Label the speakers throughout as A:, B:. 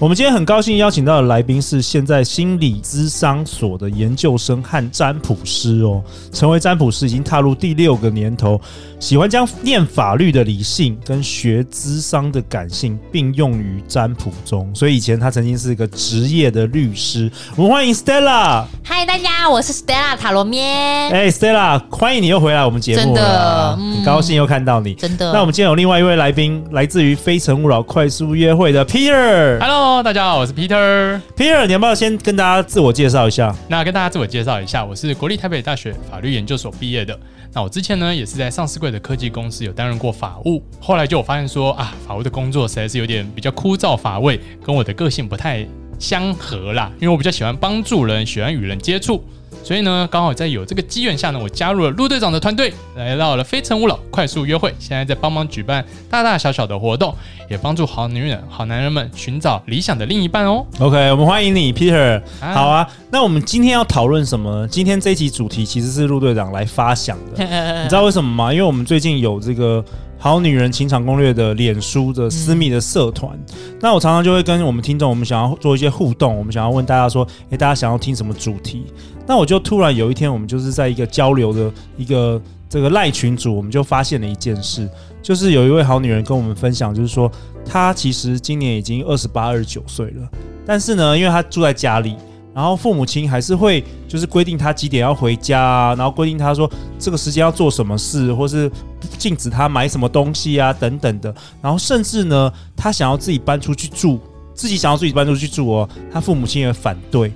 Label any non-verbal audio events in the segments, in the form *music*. A: 我们今天很高兴邀请到的来宾是现在心理咨商所的研究生和占卜师哦，成为占卜师已经踏入第六个年头，喜欢将念法律的理性跟学咨商的感性并用于占卜中。所以以前他曾经是一个职业的律师。我们欢迎 Stella。
B: 嗨，大家，我是 Stella 塔罗咩。
A: *laughs* 哎、s t e l l a 欢迎你又回来我们节目
B: 真
A: 了
B: 的，嗯
A: 很高兴又看到你。
B: 真的
A: 那我们今天有另外一位来宾，来自于《非诚勿扰》快速约会的 Peter。
C: Hello，大家好，我是 Peter。
A: Peter，你要不要先跟大家自我介绍一下？
C: 那跟大家自我介绍一下，我是国立台北大学法律研究所毕业的。那我之前呢，也是在上市柜的科技公司有担任过法务，后来就有发现说啊，法务的工作实在是有点比较枯燥乏味，跟我的个性不太相合啦。因为我比较喜欢帮助人，喜欢与人接触，所以呢，刚好在有这个机缘下呢，我加入了陆队长的团队，来到了非诚勿扰快速约会，现在在帮忙举办大大小小的活动，也帮助好女人、好男人们寻找理想的另一半哦。
A: OK，我们欢迎你，Peter。
C: 啊
A: 好啊，那我们今天要讨论什么呢？今天这一集主题其实是陆队长来发想的，你知道为什么吗？因为我们最近有这个《好女人情场攻略》的脸书的私密的社团，那我常常就会跟我们听众，我们想要做一些互动，我们想要问大家说，诶，大家想要听什么主题？那我就突然有一天，我们就是在一个交流的一个这个赖群组，我们就发现了一件事，就是有一位好女人跟我们分享，就是说她其实今年已经二十八、二十九岁了，但是呢，因为她住在家里。然后父母亲还是会就是规定她几点要回家啊，然后规定她说这个时间要做什么事，或是禁止她买什么东西啊等等的。然后甚至呢，她想要自己搬出去住，自己想要自己搬出去住哦，她父母亲也反对。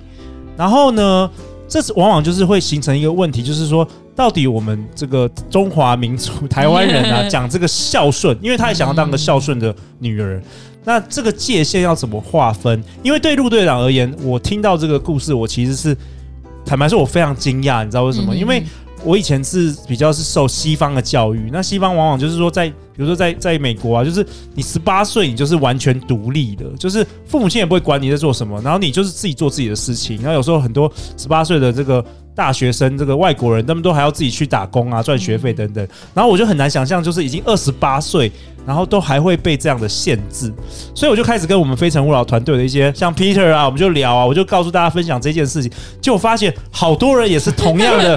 A: 然后呢，这是往往就是会形成一个问题，就是说，到底我们这个中华民族台湾人啊，讲这个孝顺，因为她也想要当个孝顺的女儿。那这个界限要怎么划分？因为对陆队长而言，我听到这个故事，我其实是坦白说，我非常惊讶，你知道为什么？
B: 嗯
A: 因为我以前是比较是受西方的教育，那西方往往就是说在，比如说在在美国啊，就是你十八岁你就是完全独立的，就是父母亲也不会管你在做什么，然后你就是自己做自己的事情。然后有时候很多十八岁的这个大学生，这个外国人，他们都还要自己去打工啊，赚学费等等。然后我就很难想象，就是已经二十八岁，然后都还会被这样的限制。所以我就开始跟我们非诚勿扰团队的一些像 Peter 啊，我们就聊啊，我就告诉大家分享这件事情，结果发现好多人也是同样
B: *laughs*
A: 的、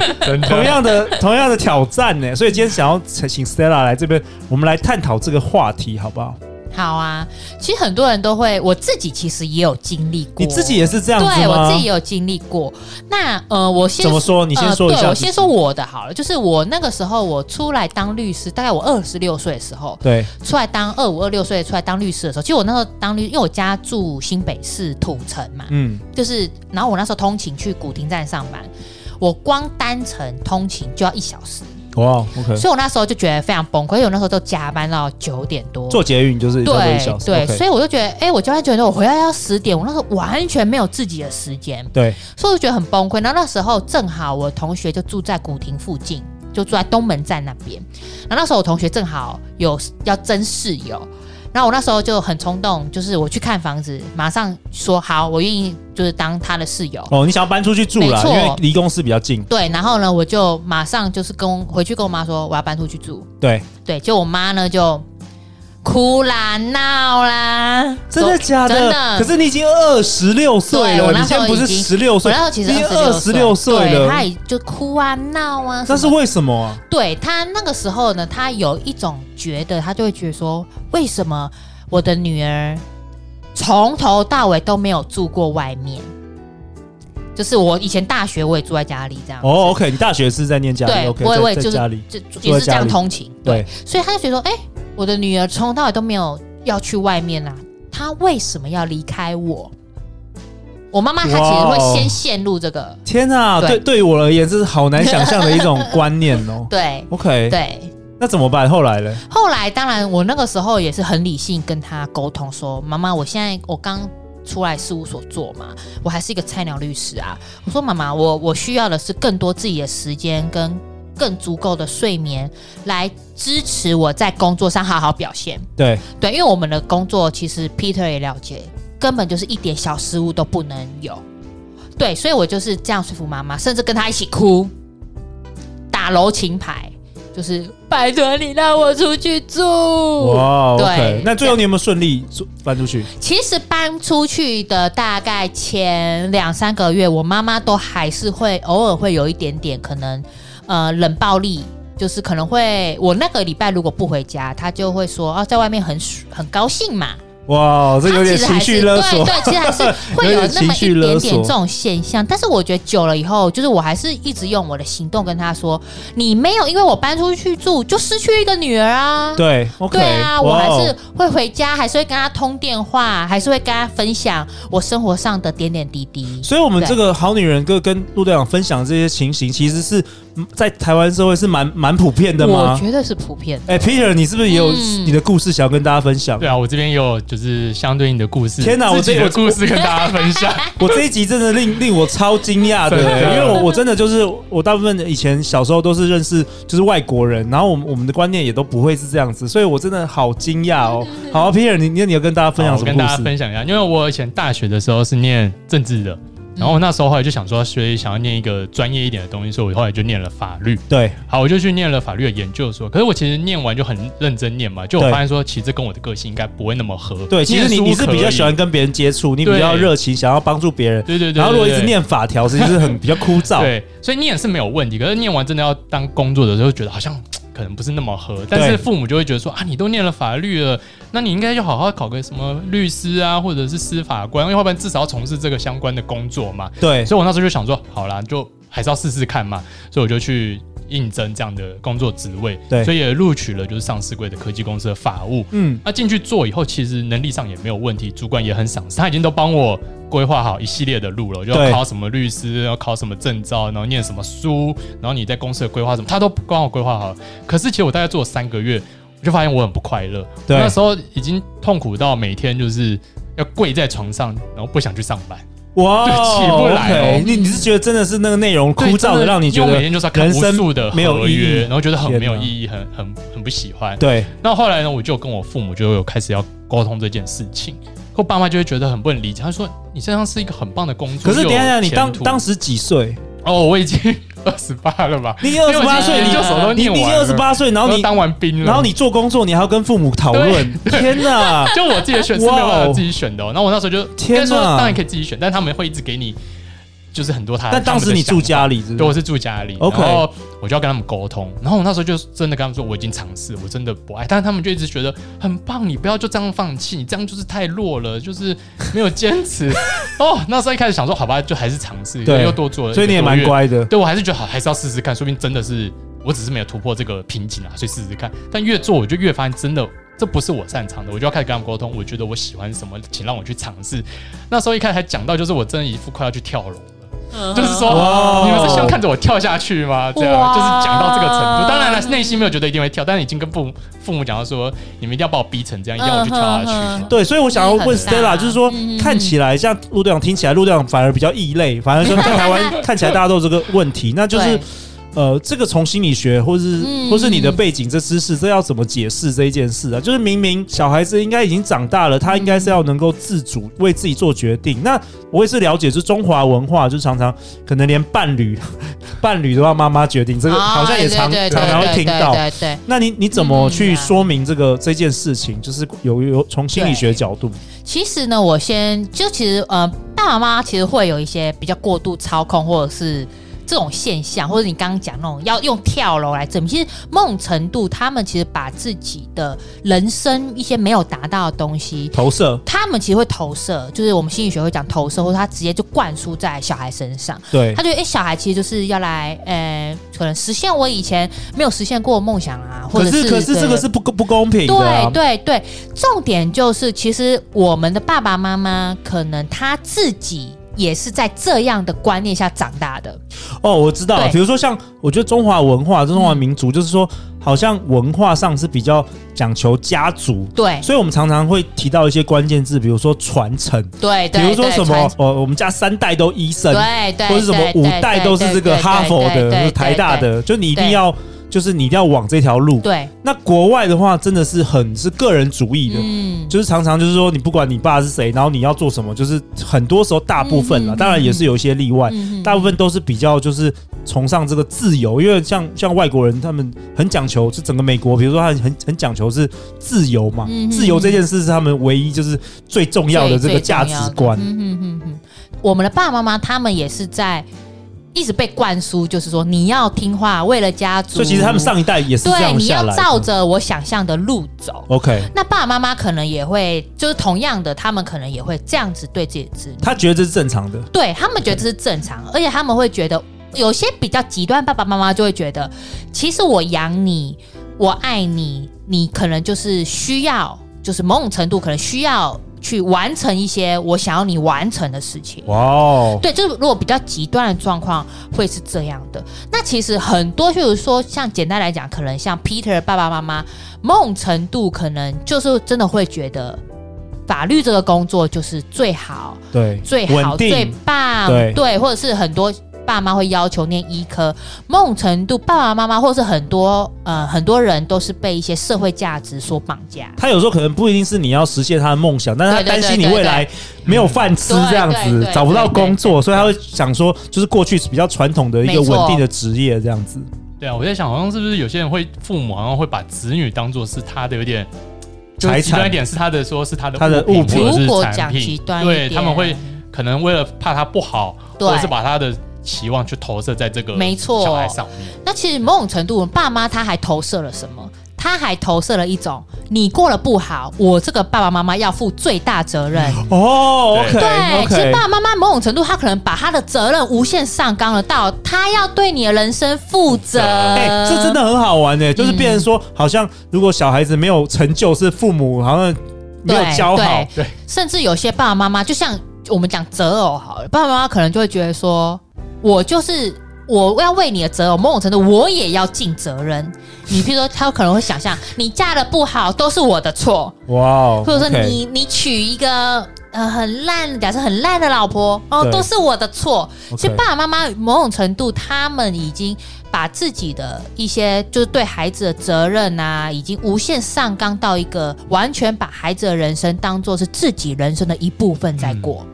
A: 同样的、同样的挑战呢。所以今天想要请 Stella 来这边，我们来探讨这个话题，好不好？
B: 好啊，其实很多人都会，我自己其实也有经历过，
A: 你自己也是这样子吗？
B: 对我自己也有经历过。那呃，我先
A: 怎么说你先说一下
B: 呃、对我
A: 自己
B: 先说我的好了，就是我那个时候我出来当律师，大概我二十六岁的时候，
A: 对
B: 出来当二五二六岁出来当律师的时候，其实我那时候当律，因为我家住新北市土城嘛，
A: 嗯，
B: 就是，然后我那时候通勤去古亭站上班，我光单程通勤就要一小时，
A: 哇，OK，
B: 所以我那时候就觉得非常崩溃，因为我那时候都加班到九点多。
A: 做捷运就是差不多一小
B: 对
A: 时，
B: 对
A: OK
B: 所以我就觉得，哎、我就会觉得我回来要十点，我那时候完全没有自己的时间，
A: 对
B: 所以我就觉得很崩溃。然后那时候正好我同学就住在古亭附近，就住在东门站那边。然后那时候我同学正好有要争室友，然后我那时候就很冲动，就是我去看房子，马上说好，我愿意就是当他的室友。
A: 哦，你想要搬出去住啦，
B: 没
A: 因
B: 错
A: 为离公司比较近，
B: 对，然后呢，我就马上就是跟回去跟我妈说我要搬出去住。
A: 对，
B: 对，就我妈呢就哭啦闹啦，
A: 真的假的？
B: 真的。
A: 可是你已经二十六岁
B: 对
A: 了，
B: 我
A: 你
B: 那
A: 现
B: 时
A: 在
B: 候
A: 不是
B: 已经
A: 十六
B: 我
A: 岁
B: 那时候其，实
A: 你已经二十六岁
B: 对，
A: 了
B: 她，也就哭啊闹啊。
A: 那
B: 什
A: 是
B: 么
A: 为什么啊？
B: 对她那个时候呢，她有一种觉得，她就会觉得说，为什么我的女儿从头到尾都没有住过外面？就是我以前大学我也住在家里这样子。
A: 哦，OK，你大学是在念家里
B: 对
A: ，OK，
B: 我也我也
A: 在
B: 就
A: 在
B: 是
A: 家里，
B: 就
A: 在
B: 也是这
A: 家
B: 样
A: 里
B: 通勤，
A: 对，
B: 所以他就觉得说，哎、我的女儿从头到尾都没有要去外面啊，她为什么要离开我？我妈妈她其实
A: 哇哦
B: 会先陷入这个，
A: 天啊，
B: 对
A: 对，对于我而言，这是好难想象的一种观念哦。
B: *laughs* 对
A: OK，
B: 对。
A: 那怎么办？后来嘞？
B: 后来当然，我那个时候也是很理性跟她沟通说，妈妈，我现在我刚出来事务所做嘛，我还是一个菜鸟律师啊。我说妈妈，我我需要的是更多自己的时间跟更足够的睡眠，来支持我在工作上好好表现。
A: 对，
B: 对，因为我们的工作其实 Peter 也了解，根本就是一点小失误都不能有。对，所以我就是这样说服妈妈，甚至跟她一起哭，打柔情牌，就是拜托你让我出去住。
A: 哇
B: 对
A: ，OK，那最后你有没有顺利做搬出去？
B: 其实搬出去的大概前两三个月，我妈妈都还是会偶尔会有一点点可能，呃，冷暴力，就是可能会我那个礼拜如果不回家，她就会说哦，在外面很爽很高兴嘛，
A: 哇，这有点
B: 他
A: 情
B: 其
A: 绪
B: 实
A: 勒
B: 还是
A: 索
B: 对，，对，其实还
A: *laughs*
B: 是会
A: 有
B: 有
A: 点
B: 那么
A: 情绪
B: 一
A: 勒
B: 点点
A: 索
B: 这种现象。但是我觉得久了以后，就是我还是一直用我的行动跟他说，你没有因为我搬出去住就失去一个女儿啊。
A: 对，OK，
B: 对啊，我
A: 哇
B: 还
A: 哦
B: 是会回家，还是会跟他通电话，还是会跟他分享我生活上的点点滴滴。
A: 所以，我们
B: 对
A: 这个好女人哥跟陆队长分享这些情形，其实是嗯在台湾社会是蛮蛮普遍的
B: 我
A: 吗？
B: 觉得是普遍的。
A: 哎、p e t e r 你是不是也有
B: 嗯
A: 你的故事想要跟大家分享？
C: 对啊，我这边也有就是相对应的故事。
A: 天哪我
C: 自己
A: 这
C: 的故事跟大家
A: *laughs*
C: 分享。
A: 我这一集真的令令我超惊讶的、欸
C: *laughs* 真的
A: 因为我我真的就是我大部分以前小时候都是认识就是外国人，然后我们我们的观念也都不会是这样子，所以我真的好惊讶
C: *laughs*
A: 哦。好，Peter，你你你要跟大家分享
C: 好
A: 什
C: 我
A: 么
C: 跟大家
A: 故事？
C: 分享一下，因为我以前大学的时候是念政治的，
A: 嗯
C: 然后我那时候后来就想说，所以想要念一个专业一点的东西，所以我后来就念了法律。
A: 对，
C: 好，我就去念了法律的研究所。可是我其实念完就很认真念嘛，就我
A: 对
C: 发现说，其实这跟我的个性应该不会那么合。
A: 对，其实你
C: 念书
A: 你是比较
C: 可以
A: 喜欢，跟别人接触，你比
C: 对
A: 较热情，想要帮助别人。
C: 对对对
A: 然后如果一
C: 对对
A: 直
C: 对
A: 念法条，其实是
C: *laughs*
A: 很比较枯燥。
C: 对，所以念是没有问题。可是念完真的要当工作的时候，觉得好像嘖可能不是那么合。但
A: 对
C: 是父母就会觉得说啊，你都念了法律了，那你应该就好好考个什么律师啊，或者是司法官，要不然至少要从事这个相关的工作嘛。
A: 对，
C: 所以我那时候就想说，好啦，就还是要试试看嘛，所以我就去应征这样的工作职位，
A: 对
C: 所以也录取了就是上市柜的科技公司的法务。
A: 嗯，
C: 那进去做以后，其实能力上也没有问题，主管也很赏识，他已经都帮我规划好一系列的路了，我就
A: 对
C: 要考什么律师，要考什么证照，然后念什么书，然后你在公司的规划什么，他都帮我规划好了。可是其实我大概做了三个月，我就发现我很不快乐，
A: 对
C: 那时候已经痛苦到每天就是要跪在床上，然后不想去上班。
A: 哇
C: 就起不来哦
A: OK，你你是觉得真的是那个内容枯
C: 对
A: 燥
C: 真
A: 的，让你觉
C: 因为
A: 得
C: 我每天就是要看
A: 人
C: 无数
A: 生
C: 的
A: 没有
C: 合
A: 意义
C: 约，然后觉得很没有
A: 天哪
C: 意义，很很很不喜欢。
A: 对
C: 那后来呢，我就跟我父母就有开始要沟通这件事情，我爸妈就会觉得很不能理解，他说你身上是一个很棒的工
A: 可
C: 作，
A: 是
C: 又
A: 等
C: 有
A: 一下，你
C: 前
A: 当
C: 途
A: 当时几岁？
C: 哦，我已经二十八了吧？
A: 你二十八岁，
C: 因为
A: 你
C: 我其实研究所都
A: 你
C: 念
A: 你
C: 完
A: 已经
C: 了
A: 二十八岁， *laughs* 然后
C: 都
A: 你
C: 当完兵了，
A: 然后你做工作，你还要跟父母讨论，天
C: *laughs*
A: 哪！
C: 就我自己的选是没有
A: 哇
C: 办
A: 哦
C: 法自己选的、哦。那我那时候就
A: 天
C: 应该说
A: 哪
C: 当然可以自己选，但他们会一直给你就是很多他。
A: 但当
C: 他
A: 时
C: 们的
A: 你
C: 想
A: 住
C: 法
A: 家里是
C: 对，
A: 不
C: 我
A: 是？
C: 是住家里
A: OK
C: 然后我就要跟他们沟通，然后我那时候就真的跟他们说，我已经尝试，我真的不爱，但是他们就一直觉得很棒，你不要就这样放弃，你这样就是太弱了，就是没有坚持。 *laughs* 哦，那时候一开始想说，好吧，就还是尝试，
A: 对
C: 又多做了，
A: 所以你也蛮。乖的。
C: 对我还是觉得好，还是要试试看，说不定真的是我只是没有突破这个瓶颈啊，所以试试看。但越做我就越发现，真的这不是我擅长的，我就要开始跟他们沟通，我觉得我喜欢什么，请让我去尝试。那时候一开始还讲到，就是我真的一副快要去跳楼了。
B: 嗯
C: 就是
A: 哇
C: 说，你们是希望看着我跳下去吗？这样
B: 哇
C: 就是讲到这个程度。当然了，内心没有觉得一定会跳，但是已经跟父母父母讲到说，你们一定要把我逼成这样，一定要我去跳下去
B: 嗯哼
C: 嘛。
A: 对，所以我想要问
B: 很大
A: Stella，就是说
B: 嗯嗯嗯
A: 看起来像陆队长，听起来陆队长反而比较异类，反而说在台湾 *laughs* 看起来大家都有这个问题，那就是
B: 对
A: 呃，这个从心理学或是、
B: 嗯
A: 或是你的背景这知识，这要怎么解释这一件事啊？就是明明小孩子应该已经长大了，他应该是要能够自主为自己做决
B: 嗯
A: 定。那我也是了解，就是中华文化，就常常可能连伴侣 *laughs* 伴侣都要妈妈决定，这个
B: 啊
A: 好像也常、
B: 对对对
A: 常常会听到。
B: 对对对对
A: 那你你怎么
B: 嗯
A: 去
B: 啊
A: 说明这个、这件事情？就是有有从心理学角度，
B: 其实呢，我先就其实呃，爸妈其实会有一些比较过度操控，或者是这种现象，或者你刚刚讲那种要用跳楼来证明，其实某种程度他们其实把自己的人生一些没有达到的东西。
A: 投射，
B: 他们其实会投射，就是我们心理学会讲投射，或者他直接就灌输在小孩身上。
A: 对
B: 他觉得，哎、小孩其实就是要来，呃，可能实现我以前没有实现过的梦想啊，或
A: 可
B: 者是
A: 是可是这个是不公不公平的、啊
B: 对，对对，重点就是，其实我们的爸爸妈妈可能他自己也是在这样的观念下长大的。
A: 哦，我知道了。
B: 对
A: 比如说像，我觉得中华文化、中华民族，就是说，好像文化上是比较讲求家族，
B: 对
A: 所以我们常常会提到一些关键字，比如说传承，
B: 对
A: 比
B: 对，
A: 如说
B: 对
A: 什
B: 传
A: 么呃，我们家三代都医生，
B: 对对，
A: 或者什么
B: 对
A: 五
B: 对
A: 代
B: 对
A: 都是
B: 对
A: 这个
B: 对
A: 哈佛
B: 对对
A: 的、
B: 对
A: 台大
B: 对
A: 的，就你一定
B: 对
A: 要，就是你一定要往这条路。
B: 对，
A: 那国外的话，真的是很是个人主义的，
B: 嗯，
A: 就是常常就是说，你不管你爸是谁，然后你要做什么，就是很多时候大部分啦，
B: 嗯嗯
A: 当然也是有一些例外，
B: 嗯嗯
A: 大部分都是比较就是崇尚这个自由，因为像像外国人他们很讲求，就整个美国，比如说他很很讲求是自由嘛，
B: 嗯嗯
A: 自由这件事是他们唯一就是最重要的这个价值观，
B: 最最重要的嗯嗯嗯嗯，我们的爸爸妈妈他们也是在一直被灌输，就是说你要听话，为了家族。
A: 所以其实他们上一代也是这
B: 对
A: 样
B: 你
A: 下
B: 要
A: 来的。
B: 照着我想象的路走。
A: OK，
B: 那爸爸妈妈可能也会，就是同样的，他们可能也会这样子对自己的子女，
A: 他觉得这是正常的，
B: 对他们觉得这是正常，而且他们会觉得有些比较极端，爸爸妈妈就会觉得，其实我养你，我爱你，你可能就是需要，就是某种程度可能需要去完成一些我想要你完成的事情。
A: 哇哦，
B: 对，就是如果比较极端的状况会是这样的。那其实很多，譬如说像简单来讲，可能像 Peter 爸爸妈妈，某种程度可能就是真的会觉得法律这个工作就是最好、
A: 对，
B: 最好、
A: 稳
B: 最
A: 定，
B: 棒，
A: 对
B: 或者是很多。爸妈会要求念医科，某种程度，爸爸妈妈或是很多呃很多人都是被一些社会价值所绑架。
A: 他有时候可能不一定是你要实现他的梦想，但是他
B: 对对
A: 担
B: 对
A: 心你未来没有饭吃
B: 对
A: 这样
B: 对
A: 子
B: 对，
A: 找不到
B: 对对
A: 工作，
B: 对
A: 所以他会想说，就是过去比较传统的一个
B: 没错
A: 稳定的职业这样子。
C: 对啊，我在想，好像是不是有些人会父母好像会把子女当做是他的
A: *laughs*
C: 有点。就是
A: 财产
C: 极端一点是他的，说是他的
A: 他的
C: 物
A: 物品
C: 品或者
B: 如
C: 是
B: 果
C: 产
B: 讲极
C: 品，
B: 端一
C: 对
B: 点，
C: 他们会可能为了怕他不好，
B: 对
C: 或者是把他的期望去投射在这个
B: 没错
C: 小孩上面。
B: 那其实某种程度，我爸妈他还投射了什么？他还投射了一种，你过得不好，我这个爸爸妈妈要负最大责任。
A: 哦，OK
C: 对
B: 对，其实
A: OK，
B: 爸爸妈妈某种程度，他可能把他的责任无限上纲了，到他要对你的人生负责。
A: 哎，这真的很好玩
B: 嗯
A: 呢，就是变成说，好像如果小孩子没有成就，是父母好像没有
B: 对
A: 教好，
C: 对，
B: 甚至有些爸爸妈妈，就像我们讲择偶好了，爸爸妈妈可能就会觉得说，我就是我要为你的择偶，某种程度我也要尽责任。你譬如说，他可能会想象你嫁的不好都是我的错，
A: 哇哦，
B: 或者说
A: OK
B: 你你娶一个呃很烂，假设很烂的老婆哦，
A: 对
B: 都是我的错。
A: OK
B: 其实爸爸妈妈某种程度，他们已经把自己的一些就是对孩子的责任啊，已经无限上纲到一个完全把孩子的人生当做是自己人生的一部分在过。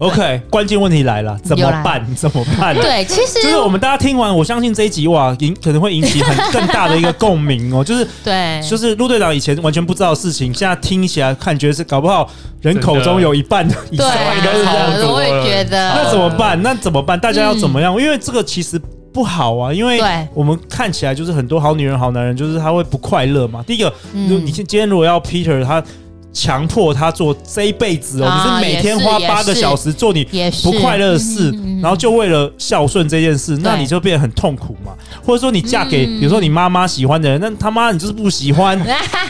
A: OK，关键问题来了，怎么
B: 又来了
A: 办？怎么办？
B: 对，其实
A: 嗯 *laughs* 就是我们大家听完，我相信这一集哇，引可能会引起很更大的一个共鸣哦。就是
B: 对，
A: 就是陆队长以前完全不知道的事情，现在听起来看，觉得是搞不好人口中有一半的以
B: 对
A: 上
B: 啊
A: 应该是这样
C: 超
A: 子。
C: 多
B: 我也觉
A: *laughs*
B: 得
A: 那怎么办？那怎么办？大家要怎么样？因为这个其实不好啊，因为
B: 嗯对
A: 我们看起来就是很多好女人、好男人，就是他会不快乐嘛。第一个，
B: 嗯
A: 如你今天如果要 Peter 他。强迫他做这一辈子哦，
B: 啊
A: 你是每天花
B: 也是
A: 八个
B: 也是
A: 小时做你
B: 也是
A: 不快
B: *laughs*
A: 乐的事
B: 嗯嗯嗯，
A: 然后就为了孝顺这件事，那
B: 对
A: 你就变得很痛苦嘛。或者说你嫁给，比
B: 嗯
A: 如说你妈妈喜欢的人，那他妈你就是不喜
B: *laughs*
A: 欢，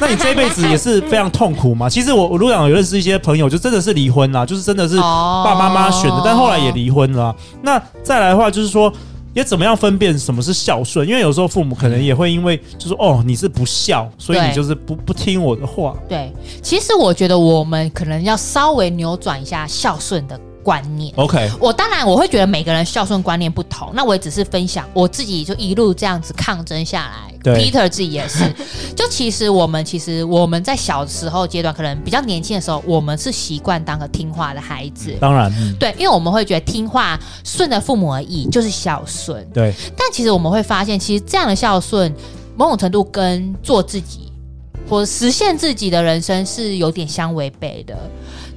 A: 那你这辈子也是非常痛苦嘛。其实我我路上有认识一些朋友，就真的是离婚啦，啊就是真的是
B: 哦
A: 爸妈妈选的，但后来也离婚了啊。那再来的话，就是说。也怎么样分辨什么是孝顺？因为有时候父母可能也会因为就是哦你是不孝，所以
B: 对
A: 你就是不不听我的话。
B: 对，其实我觉得我们可能要稍微扭转一下孝顺的观念。
A: OK，
B: 我当然我会觉得每个人孝顺观念不同，那我也只是分享我自己就一路这样子抗争下来。
A: 对
B: Peter 自己也是， *laughs* 就其实我们其实我们在小时候阶段，可能比较年轻的时候，我们是习惯当个听话的孩子。
A: 当然，嗯
B: 对，因为我们会觉得听话、顺着父母而已就是孝顺，
A: 对，
B: 但其实我们会发现，其实这样的孝顺，某种程度跟做自己或实现自己的人生是有点相违背的。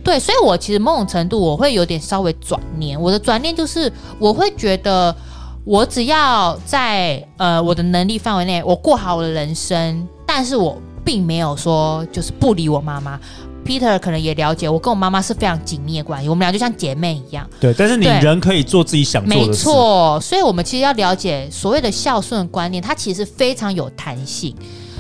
B: 对，所以我其实某种程度我会有点稍微转念，我的转念就是我会觉得，我只要在呃我的能力范围内，我过好我的人生，但是我并没有说就是不理我妈妈。Peter 可能也了解，我跟我妈妈是非常紧密的关系，我们俩就像姐妹一样。
A: 对，但是你
B: 对
A: 人可以做自己想做
B: 没
A: 的事。
B: 错，所以我们其实要了解所谓的孝顺观念，它其实非常有弹性，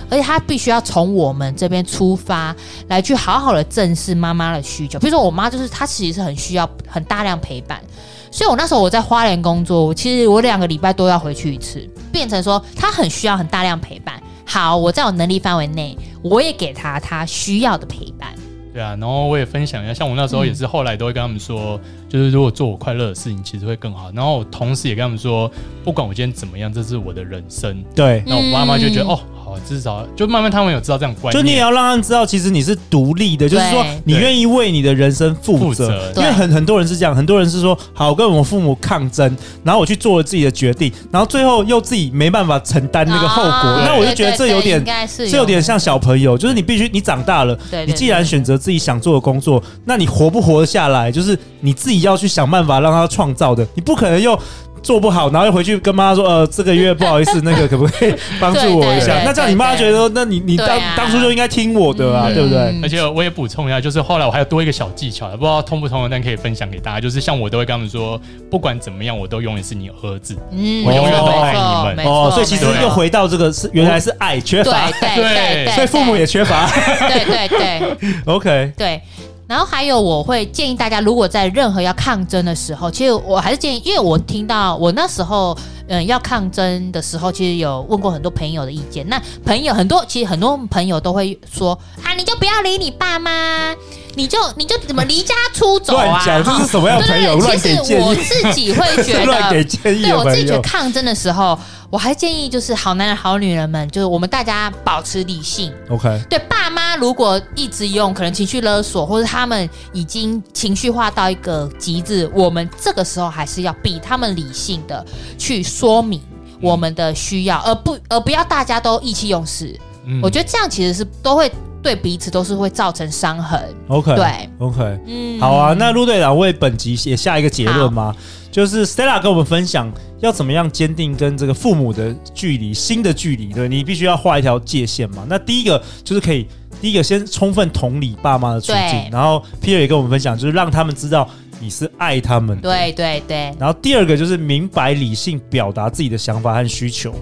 B: 而且它必须要从我们这边出发，来去好好的正视妈妈的需求。比如说，我妈就是她其实是很需要很大量陪伴，所以我那时候我在花莲工作，我其实我两个礼拜都要回去一次。变成说他很需要很大量陪伴。好，我在我能力范围内，我也给他他需要的陪伴。
C: 对啊，然后我也分享一下，像我那时候
B: 嗯
C: 也是后来都会跟他们说，就是如果做我快乐的事情，其实会更好。然后我同时也跟他们说，不管我今天怎么样，这是我的人生。
A: 对，
C: 那我妈妈就觉得、哦，好，至少就慢慢他们有知道这样观念。
A: 就你也要让他们知道，其实你是独立的，就是说
B: 对
A: 你愿意为你的人生负责。
C: 负责
A: 因为很很多人是这样，很多人是说，好，我跟我父母抗争，然后我去做了自己的决定，然后最后又自己没办法承担那个后果，
B: 哦
A: 那我就觉得这
B: 对对
A: 有
B: 对
A: 点
B: 应。该是
A: 这有点像小朋友，就是你必须你长大了，
B: 对对
A: 你既然选择自己想做的工作，那你活不活得下来，就是你自己要去想办法让他创造的，你不可能又。做不好，然后又回去跟妈妈说，呃，这个月不好意思，那个可不可以帮助我一
B: 对
A: 下
B: 对？对
A: 那这样你妈
B: 对
A: 觉得，
B: 对
A: 那你你当、
B: 对啊
A: 当初就应该听我的啊，
C: 嗯
A: 对不对？
C: 而且我也补充一下，就是后来我还有多一个小技巧，不知道通不通，但可以分享给大家。就是像我都会跟他们说，不管怎么样，我都永远是你儿子。
B: 嗯
C: 我
A: 永远都
C: 爱你们
B: 没错没错
A: 哦，所以其实
B: 没错
A: 又回到这个是原来是爱
B: *laughs*
A: 缺
B: 对
A: 乏，
B: 对
C: 对
B: 对对，
A: 所以父母也缺乏。
B: 对对对
A: *laughs* OK，
B: 对。然后还有，我会建议大家，如果在任何要抗争的时候，其实我还是建议，因为我听到我那时候，嗯，要抗争的时候，其实有问过很多朋友的意见。那朋友很多，其实很多朋友都会说啊，你就不要理你
A: *laughs*
B: 爸妈，你就你就怎么离家出走啊
A: 乱？讲，这
B: 哈
A: 是什么样的朋友？
B: 对
A: 乱
B: 对
A: 给
B: 对，其实
A: 建
B: 我
A: 议，
B: 自己会觉得，
A: *laughs* 乱给建议
B: 对
A: 的
B: 我自己
A: 朋
B: 觉得
A: 友。
B: 抗争的时候，我还建议就是好男人、好女人们，就是我们大家保持理性。
A: OK，
B: 对爸妈，如果一直用可能情绪勒索，或者他们已经情绪化到一个极致，我们这个时候还是要比他们理性的去说明我们的需要，而不而不要大家都意气用事。
C: 嗯
B: 我觉得这样其实是都会对彼此都是会造成伤痕。
A: OK，
B: 对
A: ，OK，
B: 嗯
A: 好啊。那陆队长为本集也下一个结论吗？就是 Stella 跟我们分享要怎么样坚定跟这个父母的距离，新的距离，对你必须要画一条界限嘛。那第一个就是可以，第一个先充分同理爸妈的处境
B: 对，
A: 然后 Peter 也跟我们分享，就是让他们知道你是爱他们的。
B: 对对对，
A: 然后第二个就是明白理性表达自己的想法和需求。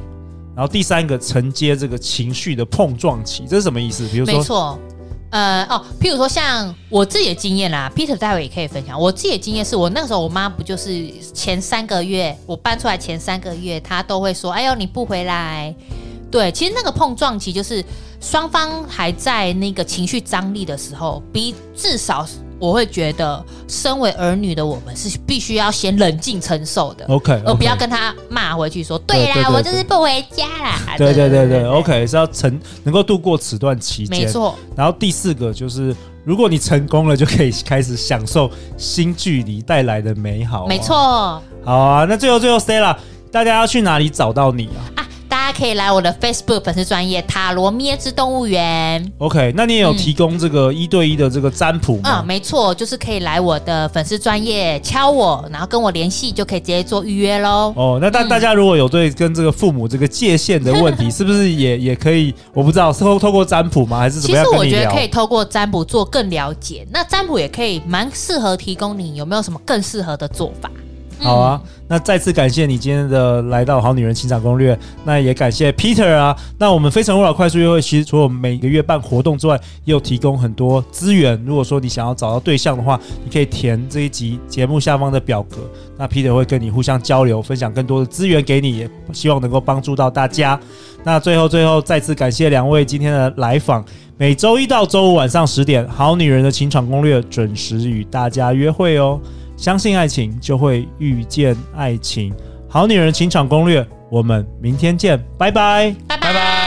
A: 然后第三个承接这个情绪的碰撞期，这是什么意思？比如
B: 没
A: 说，
B: 错。呃哦，譬如说像我自己的经验啦，Peter 待会也可以分享。我自己的经验是我那时候我妈不就是前三个月我搬出来前三个月，她都会说：“哎呦你不回来。”对，其实那个碰撞期就是双方还在那个情绪张力的时候，比至少我会觉得，身为儿女的我们是必须要先冷静承受的
A: OK，
B: 而不
A: OK
B: 要跟他骂回去说：“
A: 对
B: 啦，
A: 对对
B: 我就是不回家啦。”
A: 对对对对，OK 是要成能够度过此段期
B: 没
A: 间。
B: 错，
A: 然后第四个就是，如果你成功了，就可以开始享受新距离带来的美好、啊
B: 没。错。
A: 好啊，那最后最后 Stella，大家要去哪里找到你啊
B: 啊，大家可以来我的 Facebook 粉丝专业塔罗咩之动物园。
A: ？OK，那你也有
B: 嗯
A: 提供这个一对一的这个占卜吗？
B: 嗯，没错，就是可以来我的粉丝专业敲我，然后跟我联系，就可以直接做预约喽。
A: 哦，那大
B: 嗯
A: 大家如果有对跟这个父母这个界限的问
B: *laughs*
A: 题，是不是也也可以？我不知道是透透过占卜吗，还是怎
B: 其
A: 么样
B: 实
A: 跟
B: 我
A: 你
B: 觉得
A: 聊
B: 可？以透过占卜做更了解，那占卜也可以蛮适合提供你有没有什么更适合的做法。
A: 好啊，那再次感谢你今天的来到《好女人情场攻略》，那也感谢 Peter 啊。那我们非诚勿扰快速约会，其实除了我们每个月办活动之外，也有提供很多资源。如果说你想要找到对象的话，你可以填这一集节目下方的表格，那 Peter 会跟你互相交流，分享更多的资源给你，也希望能够帮助到大家。那最后最后再次感谢两位今天的来访。每周一到周五晚上十点，《好女人的情场攻略》准时与大家约会哦。相信爱情，就会遇见爱情。好女人情场攻略，我们明天见，拜拜。
B: 拜拜。